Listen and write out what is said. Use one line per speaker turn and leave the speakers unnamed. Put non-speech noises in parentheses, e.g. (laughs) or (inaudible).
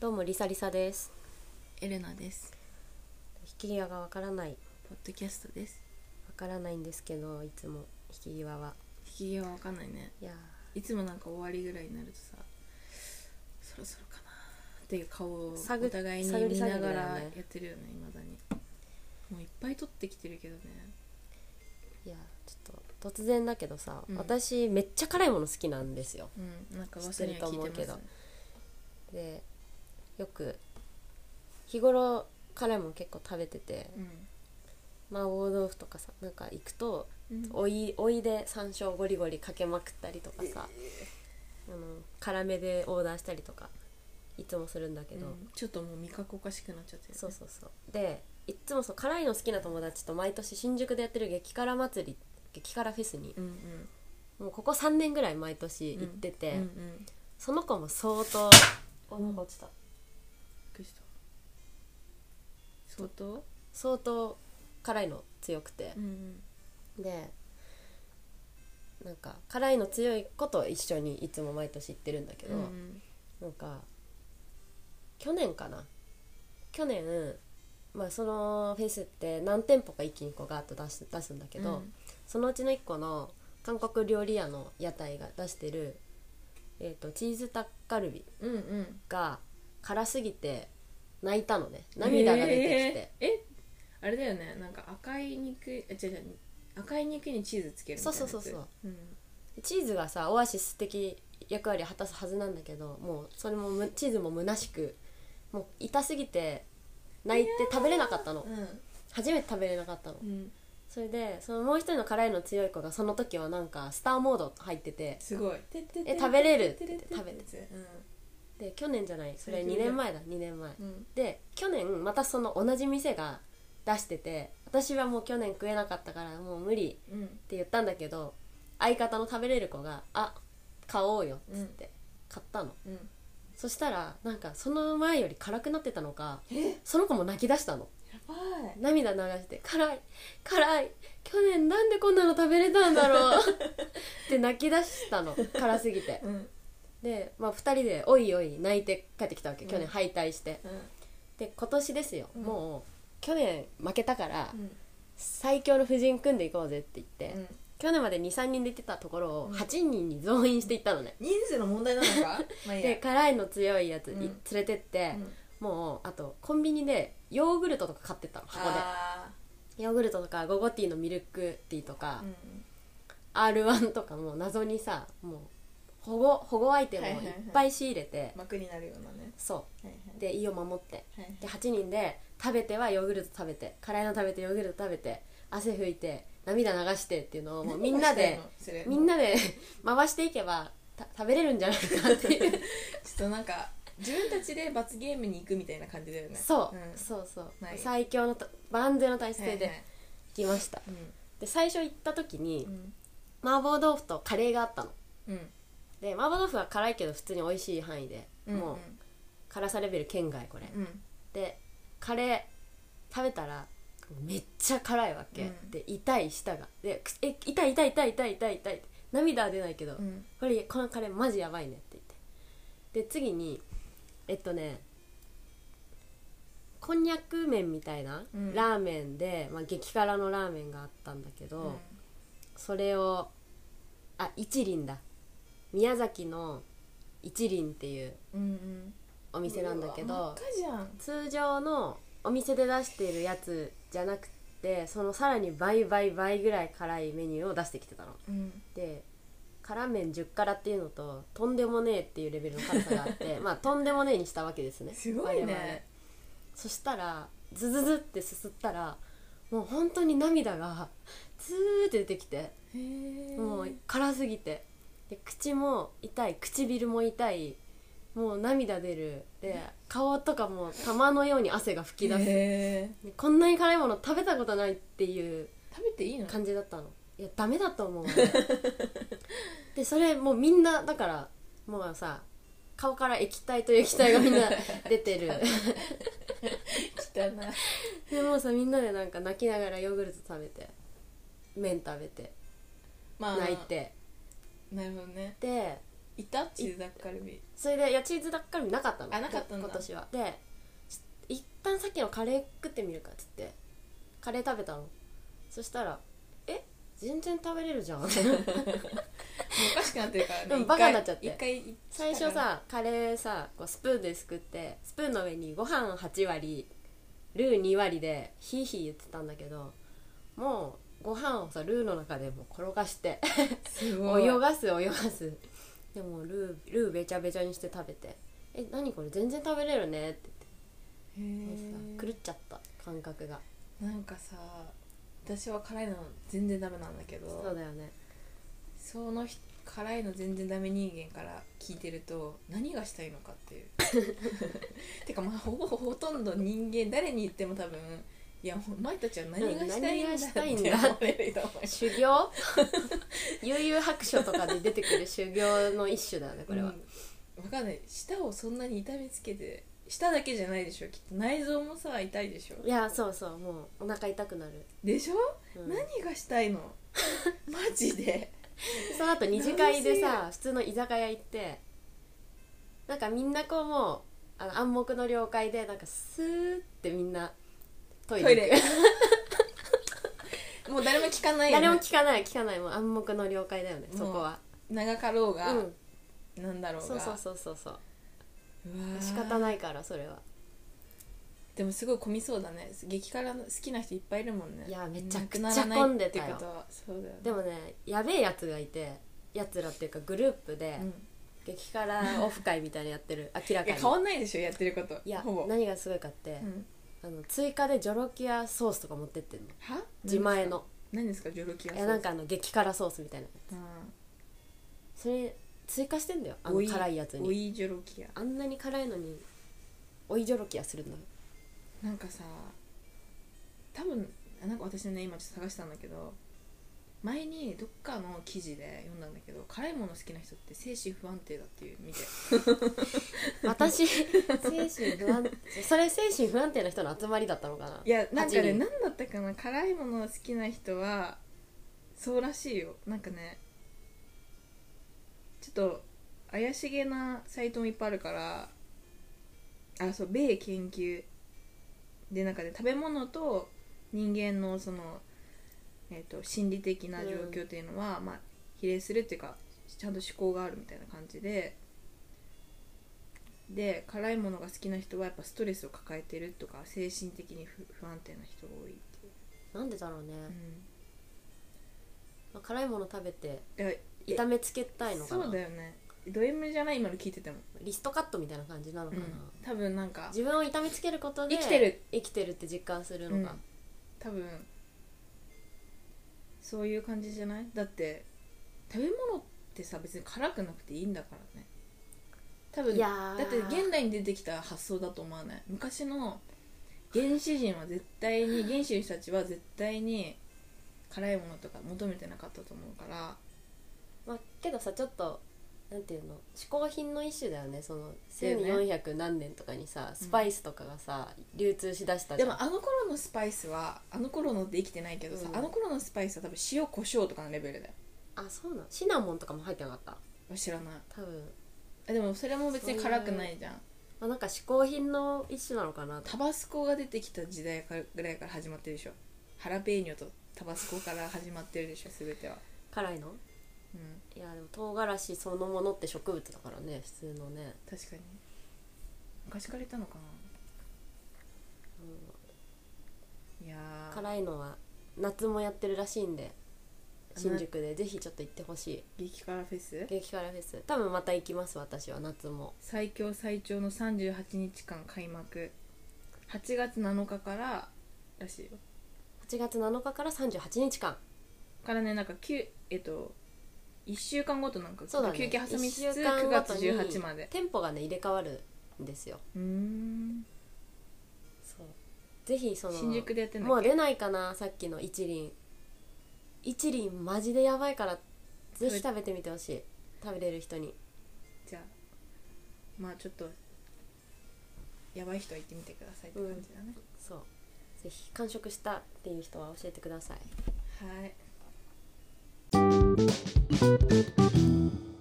どうもリサリサです
エレナです
引き際がわからないわ
ポッドキャストです
からないんですけどいつも引き際は
引き際わかんないね
いや
いつもなんか終わりぐらいになるとさそろそろかなっていう顔を
探
お互いに
探り
見
探
な
りだ
が
よね
らやってるよねいまだにもういっぱい撮ってきてるけどね
ーいやちょっと突然だけどさ、
うん
私めっちゃ辛いもの好きなんですよ
うんなんか噂には聞いてます
知ってると思うでよく日頃辛いもの結構食べてて麻婆豆腐とかさなんか行くと
うん、
おいおいで山椒ゴリゴリかけまくったりとかさ、あの辛めでオーダーしたりとかいつもするんだけど、
うんちょっともう味覚おかしくなっちゃってる、ね、
そうそうそうでいっつもそう辛いの好きな友達と毎年新宿でやってる激辛祭り激辛フェスに
うんうん
もうここ3年ぐらい毎年行ってて、
うんうんびっ
その子も相当おなんか落ちた
くりした相当
相当辛いの強くて
う、ん
でなんか辛いの強い子と一緒にいつも毎年行ってるんだけ
う
ど、
んうん
なんか去年かな去年まあそのフェスって何店舗か一気にこうガーッと出す出すんだけど、
うん
そのうちの1個の韓国料理屋の屋台が出してる、えー、とチーズタッカルビ
うんうん
が辛すぎて泣いたのね涙が出てきて、
えーえあれだよねなんか赤い肉あ違う違う赤い肉にチーズつけるみたいなやつ
そうそうそうそう、
うん、
チーズがさオアシス的役割を果たすはずなんだけどもうそれもむチーズも虚しくもう痛すぎて泣いて食べれなかったの初めて食べれなかったの、
うんうん、
それでそのもう一人の辛いの強い子がその時はなんかスターモード入ってて
すごい
え食べれるって
食べ
言
れ
って食べて
て
で去年じゃないそれ
最近
2
だ
年前だ2年前
うん、うん、
で去年またその同じ店が出してて私はもう去年食えなかったからもう無理
うん、
って言ったんだけど相方の食べれる子が「あ買おうよ」っつって買ったの、
うん、
そしたらなんかその前より辛くなってたのか
えや
その子も泣き出したの
ばい
涙流して「辛い辛い去年なんでこんなの食べれたんだ
(laughs)
ろう」って泣き出したの辛すぎて
うん
で、まあ、2人でおいおい泣いて帰ってきたわけ
うん
去年敗退して、
う
で今年ですよ、
うん
もう去年負けたから、
ん
最強の婦人組んでいこうぜって言って、
うん
去年まで23人で行ってたところを
うん
8人に増員していったのね、
人数の問題なのかまあいいや
で辛いの強いやつ、い
うん
連れてって、もうあとコンビニでヨーグルトとか買ってったの箱で
あ
ヨーグルトとかゴゴティーのミルクティーと
ー
か
う、ん
R1 とかも謎にさもう保護保護アイテムをいっぱい仕入れて、
膜になるようなね
そ
はいは
う
い
で胃を守って
はいはい
で8人で食べてはヨーグルト食べて辛いの食べてヨーグルト食べて汗拭いて涙流してっていうのをもうみんなで
何をしてのそれ
みんなで (laughs) 回していけばた食べれるんじゃないかって
(laughs)
いう
ちょっとなんか自分たちで罰ゲームに行くみたいな感じだよね
そう、
ん
そうそう、
はい
最強のと万全の体
はいは
制
い
で行きました、で最初行った時に
うん
麻婆豆腐とカレーがあったの
うん
で麻婆豆腐は辛いけど普通に美味しい範囲で、
うん
もう辛さレベル圏外これ、
うん
でカレー食べたらめっちゃ辛いわけ、
うん
で痛い舌がでくえ痛い痛い痛い痛い痛い痛いって涙は出ないけど、
うん
これこのカレーマジやばいねって言ってで次にえっとねこんにゃく麺みたいな
うん
ラーメンで、まあ、激辛のラーメンがあったんだけど、
うん
それをあ一輪だ宮崎の一輪っていう
うん
お
お
店なんだけど
真っ赤じゃん
通常のお店で出しているやつじゃなくてそのさらに倍倍倍ぐらい辛いメニューを出してきてたの
うん
で辛麺10辛っていうのととんでもねえっていうレベルの辛さがあって
(laughs)
まあとんでもねえにしたわけですね
すご
我
い
々
ね
そしたらズズズってすすったらもう本当に涙がズーって出てきて
へえ
もう辛すぎてで口も痛い唇も痛いもう涙出るで顔とかも玉のように汗が噴き出す、
へー
でこんなに辛いもの食べたことないっていう
食べていいの
感じだったのいやダメだと
(laughs)
思うあれでそれもうみんなだからもうさ顔から液体と液体がみんな出てる
汚い
でもうさみんなでなんか泣きながらヨーグルト食べて麺食べて
(laughs) まあ
泣いて
なるほどね
で
いたチーズダッカルビ
それでいやチーズダッカルビなかったの
あなかったんだ
今年はでち一旦さっきのカレー食ってみるかっつってカレー食べたのそしたら「え全然食べれるじゃん」
もうおかしくなってるからね
うん
一回
(laughs) バカになっちゃって
一回行ったから
最初さカレーさこうスプーンですくってスプーンの上にご飯8割ルー2割でヒーヒー言ってたんだけどもうご飯をさルーの中でもう転がして
すごい
泳がす泳がすでもルールーべちゃべちゃにして食べて「え何これ全然食べれるね」って
へ
言って
ー
さ狂っちゃった感覚が
なんかさ私は辛いの全然ダメなんだけど
そうだよね
その人辛いの全然ダメ人間から聞いてると何がしたいのかっていう
(laughs)
てかまあほぼほとんど人間誰に言っても多分いやお前たちは何がしたいんだ
何がしたい
っ
ん
て
だ
思われると思う
修行 (laughs) 悠々白書とかで出てくる修行の一種だよねこれは、
うん、分かんない舌をそんなに痛めつけて舌だけじゃないでしょきっと内臓もさ痛いでしょ
いやそうそうもうお腹痛くなる、
でしょ、
うん
何がした
(laughs)
いのマジで
その後二次会でさ普通の居酒屋行ってなんかみんなこうもうあの暗黙の了解でなんかスーってみんなトイ
トイレ
レ行く
もう誰も聞かないよ、
(laughs)
ね、
誰も聞かない聞かないもう暗黙の了解だよねそこは
長かろう
う
が、
ん
なんだろうが
そうそうそうそうそう
うわー
仕方ないからそれは
でもすごい混みそうだね激辛の好きな人いっぱいいるもんね
いやめちゃくちゃ
なくならない
混んでたよ
ってことはそうだよね
でもねやべえやつがいてやつらっていうかグループで
うん
激辛オフ会みたいなのやってる
(laughs)
明ら
い
か
や
に
変わんないでしょやってること
いや
ほぼ、
何がすごいかって
うん
あの追加でジョロキアソースとか持ってってんの
は
自前の
何ですかジョロキア
いやなんかあの激辛ソースみたいな
うん
それ追加してんだよあ
お
の
い
辛いやつ
オ
に
イジョロキア
あんなに辛いのに追いジョロキアするの (laughs)
なんかさ多分なんか私ね今ちょっと探したんだけど前にどっかの記事で読んだんだけど辛いもの好きな人って精神不安定だっていう見て
私精神不安 (laughs) それ精神不安定な人の集まりだったのかない
やなんかね
八人
何だったかな辛いものが好きな人はそうらしいよなんかねちょっと怪しげなサイトもいっぱいあるからあそう米研究でなんかね食べ物と人間のその、えー、と心理的な状況っていうのは、まあ、比例するっていうかちゃんと思考があるみたいな感じでで辛いものが好きな人はやっぱストレスを抱えてるとか精神的に不不安定な人が多いっていう、
なんでだろうね、
うん
まあ辛いもの食べて
だから
痛めつけたいのか
そう
な
だよねド M じゃない今の聞いてても、
リストカットみたいな感じなの
う
かな、
ん、多分なんか
自分を痛めつけることで
生きてる
生きてるって実感するのが、
うん多分そういう感じじゃないだって食べ物ってさ別に辛くなくていいんだからね多分
いや
だ
ー
って現代に出てきた発想だと思わない昔の原始人は絶対に原始人たちは絶対に辛いものとか求めてなかったと思うから
まあ、けどさちょっとなんていうの嗜好品の一種だよねその
だよね
1400何年とかにさスパイスとかがさ、流通しだしたじ
で
ゃん
もあの頃のスパイスはあの頃のって生きてないけどさ、
うん
あの頃のスパイスは多分塩コショウとかのレベルだよ
あそうなんシナモンとかも入ってなかった
知らない
多分、
あでもそれも別に辛くないじゃん
まあ、なんか嗜好品の一種なのかなと
タバスコが出てきた時代からぐらいから始まってるでしょハラペーニョとタバスコから始まってるでしょ全ては、
辛いの
うん、
いやでも唐辛子そのものって植物だからね普通のね、
確かに昔からいたのか
う
ないや
ん
ー
辛いのは夏もやってるらしいんで
あ
新宿でぜひちょっと行ってほしい
激辛フェス
激辛フェス多分また行きます私は夏も
最強最長の38日間開幕8月7日かららしいよ
8月7日から38日間
からねなんか休えっと1週間ごとなんか
そうだね
休憩挟みつつ
一週間
9
ご
月
とに
18まで
店舗がね入れ替わるんですよ
うーん
そうぜひその
新宿でやってんだ
も
っ
う
け
出ないかなさっきの一輪一輪マジでやばいからぜひ食べてみてほしい食べれる人に
じゃあまあちょっとやばい人は行ってみてくださいって感じだね、
そうぜひ完食したっていう人は教えてください
はい